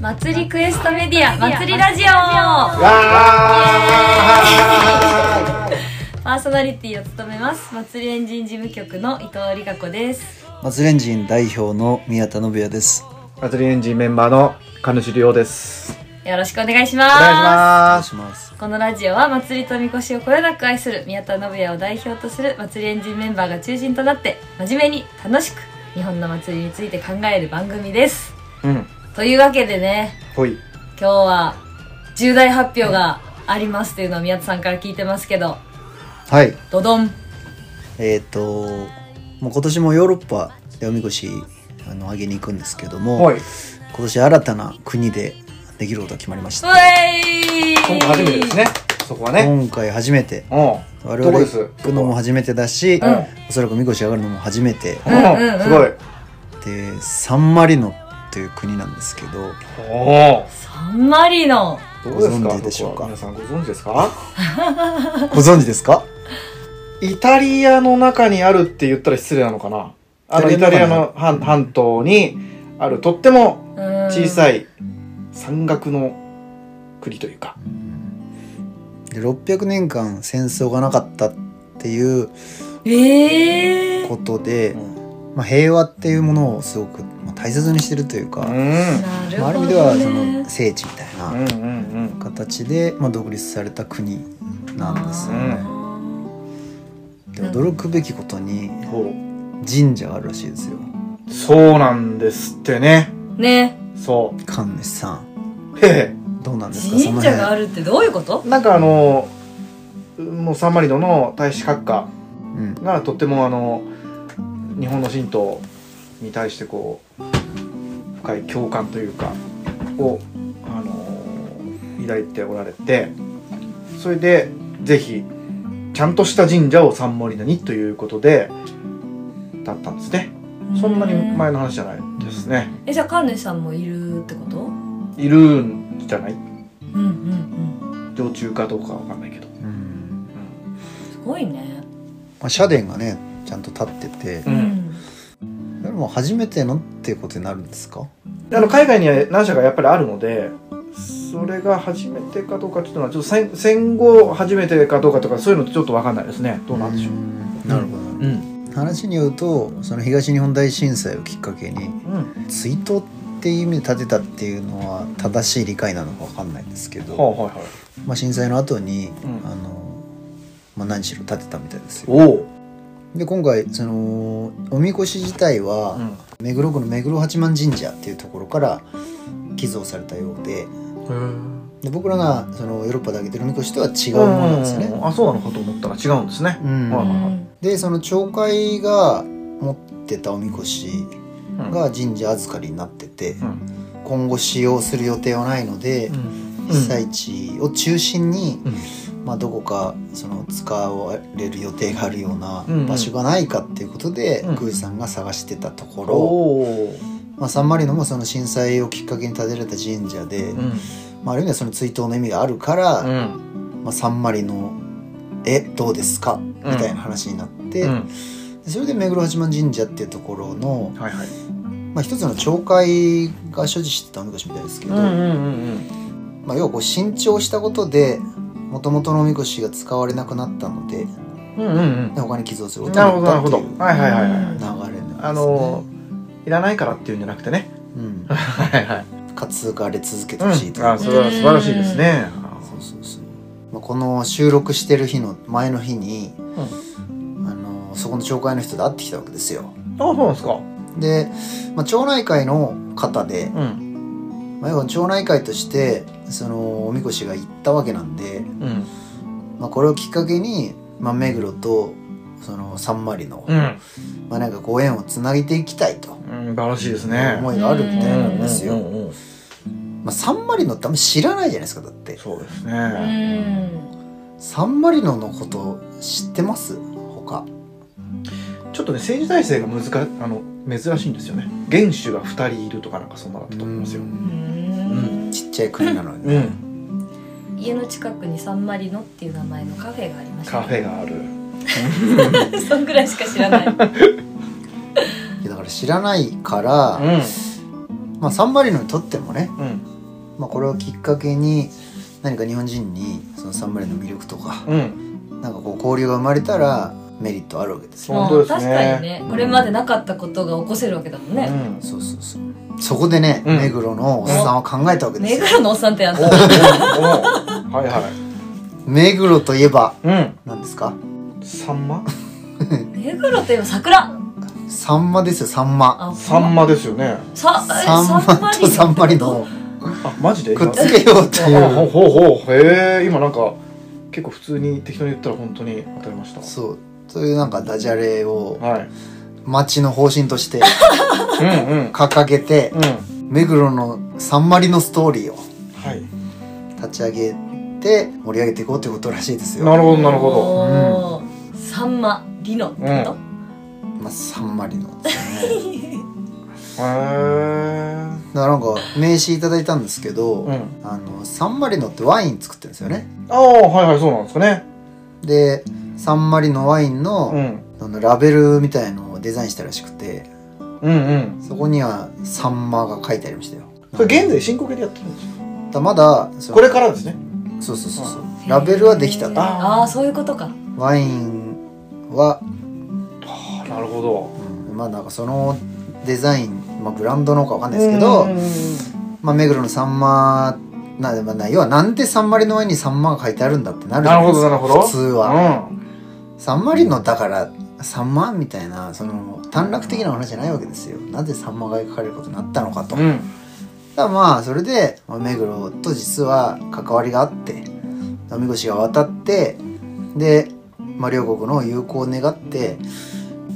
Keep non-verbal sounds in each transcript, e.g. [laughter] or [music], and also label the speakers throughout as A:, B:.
A: 祭りクエストメディア祭りラジオ
B: わあ
A: パーソナリティを務めます祭りエンジン事務局の伊藤理香子です
C: マツレンジン代表の宮田信也です。
B: 祭りエンジンメンバーの金主亮です。
A: よろしくお願いしま
B: お
A: す
C: お願
B: 願い
C: い
B: し
C: します。
A: このラジオは祭りとみこしをこよなく愛する宮田信也を代表とする祭りエンジンメンバーが中心となって真面目に楽しく日本の祭りについて考える番組です
B: ます。うん。
A: というわけでね
B: ほい。
A: 今日は重大発表がありますというのを宮田さんから聞いてますけど
C: はい。
A: ドドン
C: えっ、と、もう今年もヨーロッパでおみこし、あの、あげに行くんですけども、
B: ほい。
C: 今年新たな国でできることが決まりまし
A: う
C: た。
A: えい
B: 今回初めてですね。そこはね。
C: 今回初めて、
B: うん。どこ
C: 我々
B: です
C: 行くのも初めてだし、
A: うん
C: おそらくみこし上がるのも初めて
B: う
A: うんうんうん
B: ん。すごい。
C: で、サンマリノという国なんですけど、
B: お
A: サンマリノ
B: お。どうですか
C: ご存知でしょうか
B: そこは皆さんご存知ですか
C: ご存知ですか
B: イタリアの中にあるって言ったら失礼なのかなあの、
C: イ
B: イ
C: タ
B: タ
C: リ
B: リ
C: ア
B: ア
C: の
B: の半半島にあるとっても
A: 小
B: 小さい山岳の国というか。
C: で ?600 年間戦争がなかったっていう
A: ええー、
C: ことで
B: う、ん。
C: まあ、平和っていうものをすごくまあ大切にしてるというか、
A: なる
C: まあ、ある意
A: ほ
C: 味では
A: ど
C: その
A: ね
C: 聖地みたい
B: うんう
C: なん
B: うん。
C: 形で、まあ、独立された国なんですよ
B: ね
C: で驚くべきことに
B: ほう。
C: 神社があるらしいですよ
B: そうなんですってね。
A: ね
B: そ
C: 神主さん
B: う。へ
C: どうなんですかその
A: 神社があ
C: 辺
A: るってどういうこと
B: へ。なんかあの、もうサンマリノの大使閣下
C: うん
B: がとってもあの、日本の神道に対してこう、深い共感というか、を、あの、抱いておられて、それで、ぜひ、ちゃんとした神社をサンマリノにということで、だったんですね。そんなに前の話じゃないですね。
A: えじゃあ神主さんもいるってことうん
B: いるんじゃない
A: うんうん
B: 常駐かどうかわかんないけど。
C: うん
A: すごいね
C: まあ、社殿がねちゃんと立ってて
B: う、ん
C: でも初めてのっていうことになるんですか
B: あの海外には何社かやっぱりあるのでそれが初めてかどうかっていうのはちょっと戦戦後初めてかどうかとかそういうのってちょっとわかんないですねどうなんでしょう
C: うんなるほど、
B: うん
C: 話によるとその東日本大震災をきっかけ
B: う
C: に
B: ん
C: 追悼っていう意味で建てたっていうのは正しい理解なのかわかんないんですけど、
B: はいはいはい
C: まあ、震災の後に、
B: うん
C: あのまあ、何しろ建てたみたいですよ
B: おお
C: で今回そのおみこし自体は、目黒区の目黒八幡神社っていうところから寄贈されたようで
B: うん
C: で僕らがそのヨーロッパであげてるおみこしとは違
B: 違
C: うものなんですね、
B: あそうなのかと思ったら違うんですね
C: うん
B: はいはいはい
C: でその町会が持ってたおみこし
B: うん
C: が神社預かりになってて、
B: うん
C: 今後使用する予定はないので、被災地を中心に、まあ、どこかその使われる予定があるような
B: うんうん
C: 場所がないかっていうことで、
B: うん
C: 宮司さんが探してたとこ
B: お
C: ろ、
B: お
C: まあ、サンマリノもその震災をきっかけに建てられた神社で、
B: うん
C: まあ、ある意味ではその追悼の意味があるから、
B: うん
C: まあ、サンマリノえどうですかみたいな話になって、
B: うん
C: それで目黒八幡神社っていうところの、
B: はいはい
C: まあ、一つの町会が所持してたおみこしみたいですけど、
B: んうん
C: まあ、要はこう新調したことでもともとのおみこしが使われなくなったので
B: うんうん
C: で他に寄贈する
B: う
C: こ
B: ん
C: と
B: なるほ
C: に
B: どなるほど
C: なったっていう
B: はいはいはいはい
C: 流れなんですね、
B: あのいらないからっていうんじゃなくてね
C: うん、
B: はいはい
C: 活動がれ続けてほしいと
B: うん、あ
C: か、
B: それは素晴らしいですね。
C: そうそうそう、まあ、この収録してる日の前の日に、あのそこの町会の人と会ってきたわけですよ
B: あ、そうなんですか。
C: で、まあ、町内会の方で、
B: うん、
C: まあ、要は町内会としてそのおみこしが行ったわけなんで、
B: うん、
C: まあ、これをきっかけに、まあ、目黒とそのサンマリの、
B: うん、
C: まあ、なんかご縁をつなげていきたいと
B: うん、素晴らしいですね。
C: 思いがあるみたいなんですよ、
B: うんうんうん
C: まあ、サンマリノってあんま知らないじゃないですかだって
B: そうです
A: う
B: ね。
A: ん
C: サンマリノのこと知ってます他
B: ちょっとね、政治体制が難か、あの、珍しいんですよね。元首が二人いるとか、なんかそんなだったと思いますよ。
A: うん
C: ちっちゃい国なのに、
B: うん、
A: 家の近くにサンマリノっていう名前のカフェがありました
B: カフェがある。
A: ェ [laughs] そんぐらいしか知らない
C: いやだから知らないから、
B: ん、
C: まあ、サンマリノにとってもね
B: うん、
C: まあ、これをきっかけに何か日本人にそのサンマリノの魅力とか
B: うん、
C: なんかこう交流が生まれたらメリットあるわけですよ
B: [laughs] 本当ですね
A: 確かにねこれまでなかったことが起こせるわけだもん
B: う
A: ね、
B: ん、
C: そうそうそうそこでね、
B: うん
C: 目黒のおっさんは考えたわけで
A: 目
C: すよ
A: 黒のおっさんってや
B: お
A: つ
B: うおうおう
A: だ
B: はいは
C: 目黒といえば
B: いうん
C: 何ですか
B: サンマ
A: 目黒といえば桜
C: サンマですよサンマ
A: あ
B: サンマですよね
A: さえ
C: サンマとサンマリノを
B: あマジで
C: くっ
B: 今
C: つけようってい
B: あほう
C: う
B: ほうほうへえ今なんか結構普通に適当に言ったら本当に当たりました
C: そうというなんかダジャレを
B: はい
C: 町の方針として
B: うんうん
C: 掲げて
B: うん
C: 目黒のサンマリノストーリーを
B: はい
C: 立ち上げて盛り上げていこうということらしいですよ
B: なるほどなるほど
A: ど、おーサンマリノってこと、
C: まあ、サンマリノですね
B: へえ
C: だからなんか名刺いただいたんですけど、
B: うん
C: あのサンマリノってワイン作ってるんですよね
B: ああはいはいそうなんですかね
C: でサンマリノワイン
B: う
C: の,、
B: ん
C: あのラベルみたいのをデザインしたらしくて
B: うんうん
C: そこにはサンマが書いてありましたよ
B: それ現在進行形でやってるんですよ
C: だまだその
B: これからですね
C: そうそうそうそう
A: へー
C: ラベルはできたと
A: ああそういうことか
C: ワインは、
B: あなるほど
C: うんまあなんかそのデザイン、まあ、ブランドのかわかんないですけど、
B: うんうんうん
C: まあ、目黒のサンマなまあな要はなんでサンマリの上にサンマが書いてあるんだってなるじ
B: な
C: ゃ
B: るほ
C: いです
B: ど
C: か
B: なるほど
C: 普通は、
B: うん
C: サンマリのだからサンマみたいなその短絡的な話じゃないわけですよなぜサンマが書かれることになったのかと、
B: う
C: だか
B: ん
C: らまあそれで、まあ、目黒と実は関わりがあって飲み越が渡ってで、まあ、両国の友好を願って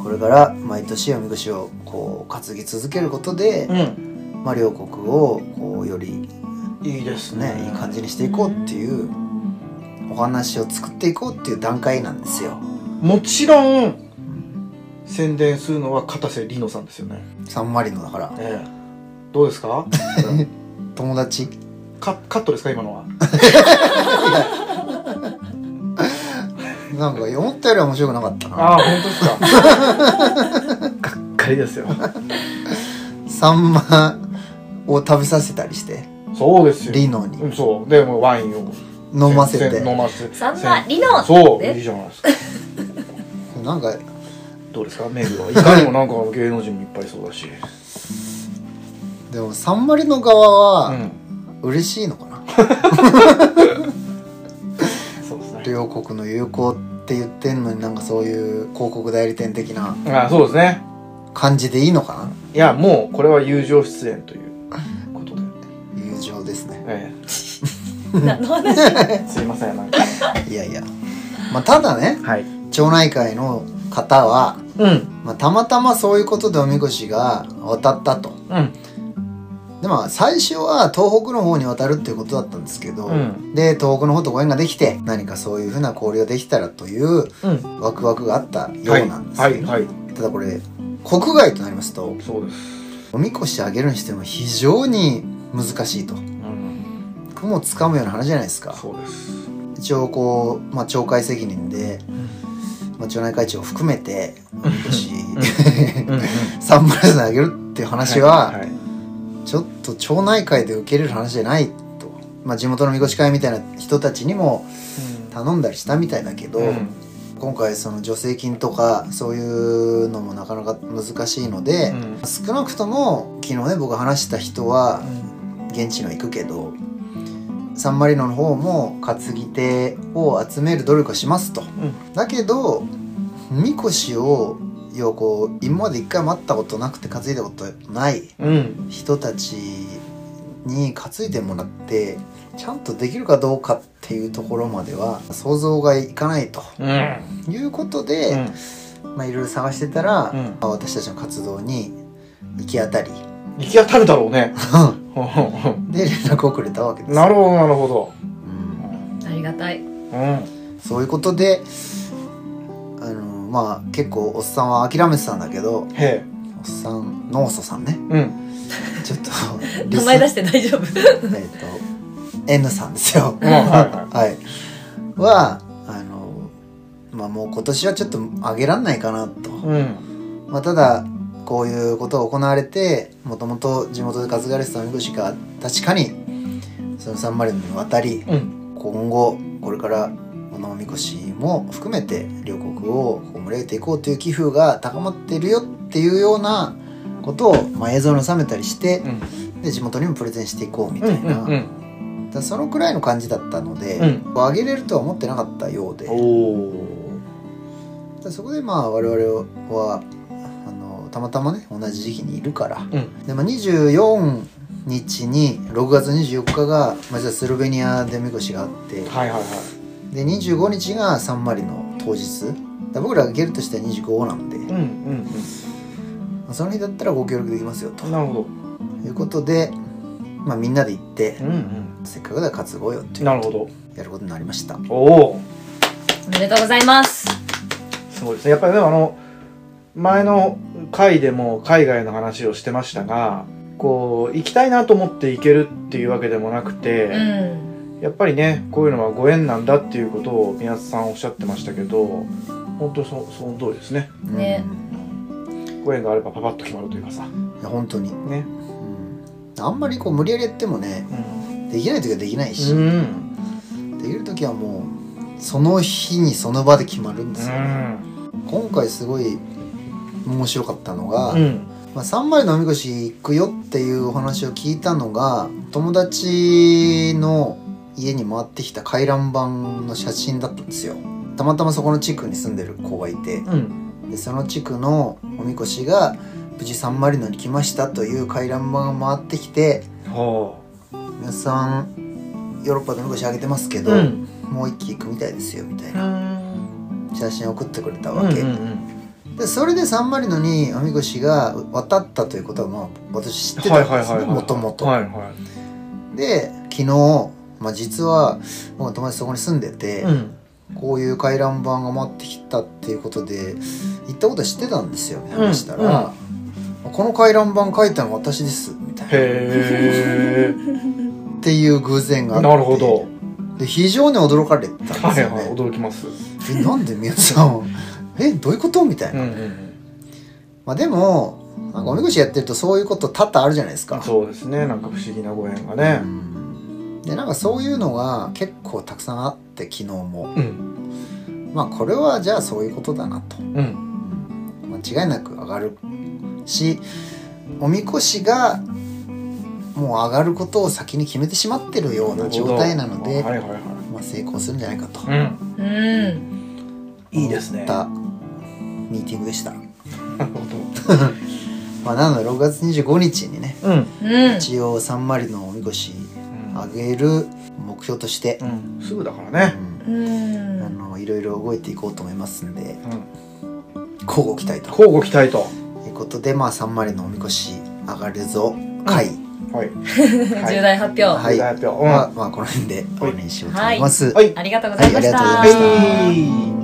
C: これから毎年飲み越をこう担ぎ続けることで、
B: うん
C: まあ、両国をこうより
B: いいです
C: ね、いい感じにしていこうっていうお話を作っていこうっていう段階なんですよ
B: もちろん宣伝するのは片瀬里乃さんですよね
C: サンマリノだから
B: ええどうです
C: [laughs]
B: か
C: 友達
B: カカットですか今のは
C: なんか思ったよりは面白くなかったな
B: ああ本当ですか [laughs] がっかりですよ
C: サンマを食べさせたりして
B: そうですよ
C: リノ
B: う
C: に
B: んそうでもうワインを
C: 飲ませて
B: せん飲ませ
A: サンマリノ
B: せんそう
A: で
B: いいじゃないですか
C: なんか
B: どうですか目黒いかにもなんか芸能人もいっぱいそうだし
C: でもサンマリノ
B: う
C: 側は
B: ん
C: 嬉しいのかな、
B: そうですね
C: 両国の友好って言ってんのになんかそういう広告代理店的な
B: ああそうですね
C: 感じでいいのか
B: いやもうこれは友情出演ということで、
C: な友情ですね
B: え
A: 何の話
B: え、すいませんなんか
C: いやいやまあただね
B: はい
C: 町内会の方は
B: うん
C: まあ、たまたまそういうことでおみこしが渡ったと
B: うん
C: でまあ最初は東北の方に渡るっていうことだったんですけど、
B: うん
C: で東北の方とご縁ができて何かそういうふうな交流ができたらという
B: うん
C: ワクワクがあったようなんです
B: は
C: け
B: い
C: ど、
B: はい、はい、
C: ただこれ国外となりますと
B: そうです、
C: おみこしあげるにしても非常に難しいと
B: うん、
C: 雲をつかむような話じゃないですか
B: そうです
C: 一応こう、まあ、町会責任で、まあ、町内会長を含めておみこし
B: うんうん
C: サンプラザにあげるっていう話は、
B: いい
C: ちょっと町内会で受けれる話じゃないと、まあ、地元のみこし会みたいな人たちにも頼んだりしたみたいだけど、
B: うん
C: 今回その助成金とかそういうのもなかなか難しいので、
B: うん
C: 少なくとも昨日ね僕が話した人は現地の行くけどサンマリノの方も担ぎ手を集める努力をしますと。
B: ん
C: だけどみこしを要はこう今まで一回も会ったことなくて担いだことない
B: うん
C: 人たちに担いでもらってちゃんとできるかどうかっていうところまでは想像がいかないと
B: うん
C: いうこと
B: う
C: で、
B: ん
C: まあいろいろ探してたら、
B: うん
C: まあ私たちの活動に行き当たり
B: 行き当たるだろうね
C: で連絡をくれたわけで
B: [laughs]
C: す。
B: なるほどなるほど
C: うん
A: ありがたい
B: うん
C: そういうことであのまあ結構おっさんは諦めてたんだけど
B: へえ
C: おっさんノーソさんね
B: うん
C: ち
A: [laughs]
C: ょっと
A: 名前出
C: し
A: して大丈夫
C: えっと N さんですよ
B: うんは
C: はい、はあの、まあ、もう今年はちょっと上げらんないかなと、
B: いはいうん
C: まあ、ただこういうことが行われてもともと地元で担がれてたおみこしが確かにそのサンマリノに渡り
B: うん
C: 今後これからこのおみこしも含めて両国をこう盛り上げていこうという寄付が高まっているよっていうようなことを、まあ、映像に収めたりして
B: うん
C: で地元にもプレゼンしていこうみ
B: う
C: た
B: ん
C: いな、
B: うんうん
C: だからそのくらいの感じだったので、
B: うん
C: あげれるとは思ってなかったようでだか
B: お
C: らそこでまあ我々はあのたまたまね同じ時期にいるから、
B: うん
C: でまあ24日に6月24日が、まあ、じゃあスロベニアでみこしがあって、
B: はいはいはい
C: で25日がサンマリの当日だ僕らがゲルとしては25なんで、
B: うん
C: ま
B: うん
C: あその日だったらご協力できますよと
B: うんなるほど
C: いうことで、まあ、みんなで行って
B: うんうん
C: せっかくだから担ごうよっていう
B: なるほど
C: やることになりました
B: おお
A: おめでとうございます
B: すごいですねやっぱりねあの前の回でも海外の話をしてましたがこう行きたいなと思って行けるっていうわけでもなくて、
A: うん
B: やっぱりねこういうのはご縁なんだっていうことを宮津さんおっしゃってましたけど本当にそその通りですね
A: ね
B: ご縁があればパパッと決まるというかさ
C: うんいや本当に、
B: ね
C: うんあんまりこう無理やりやってもね
B: うん
C: できない時はできないし、
B: うん
C: できる時はもうその日にその場で決まるんですよ、
B: う
C: 今回すごい面白かったのが、
B: ん
C: まあ、3枚のおみこし行くよっていうお話を聞いたのが友達の家に回ってきた回覧板の写真だったんですよたまたまそこの地区に住んでる子がいて
B: うん
C: でその地区のおみこしが無事サンマリノに来ましたという回覧板が回ってきて
B: は
C: 皆さんヨーロッパでおみこしあげてますけ
B: あ
C: ど、もう一期行くみたいですよみたいな
B: うん
C: 写真を送ってくれた
B: うん
C: わけ、
B: うん
C: でそれでサンマリノにおみこしが渡ったということはまあ私知ってた
B: はい
C: ん
B: はい
C: で
B: は
C: す
B: いは
C: ね
B: い
C: もともと
B: はいは
C: で昨日、まあ、実は僕の友達そこに住んでて、
B: いうん
C: こういう回覧板が回ってきたっていうことで行ったことは知ってたんですよね
B: うん
C: 話したら、この回覧板書いたの私です」みたいなっ
B: へえ
C: [laughs] ていう偶然があって
B: なるほど
C: で非常に驚かれたんですよ
B: はい
C: ね、
B: はい驚きます
C: えなんで宮田さんは [laughs] えどういうことみたい
B: うん
C: な、
B: うん
C: まあ、でもなんかおみこしやってるとそういうこと多々あるじゃないです
B: うん
C: か
B: そうですねなんか不思議なご縁がね
C: うんでなんかそういうのが結構たくさんあって昨日も
B: うん
C: まあこれはじゃあそういうことだなと
B: うん
C: 間違いなく上がるしおみこしがもう上がることを先に決めてしまってるような状態なので、
B: はいはいは
C: まあ、成功するんじゃないかと
B: いうん
A: うん
B: いいですね
C: たミーティングでした、
B: なるほど
C: まあ、なので6月25日にね
B: うん
A: うん
C: 一応サンマリのおみこし上げる目標として、
B: うんすぐだからね
C: うん
A: うん
C: あのいろいろ動いていこうと思いますんで
B: うん
C: 交互期待と
B: 交互期待と
C: いうことで、まあ、サンマリのおみこし上がるぞ会、
B: はい
A: 重大発表、
C: はい
B: 大発表うん
C: は、まあ、この辺で終わりにしようと思います。
B: はい
A: ありがとうご
C: は
A: ざい
C: い、あ
A: ま
C: り
A: し
C: が
A: た、
C: とうございました。
B: はい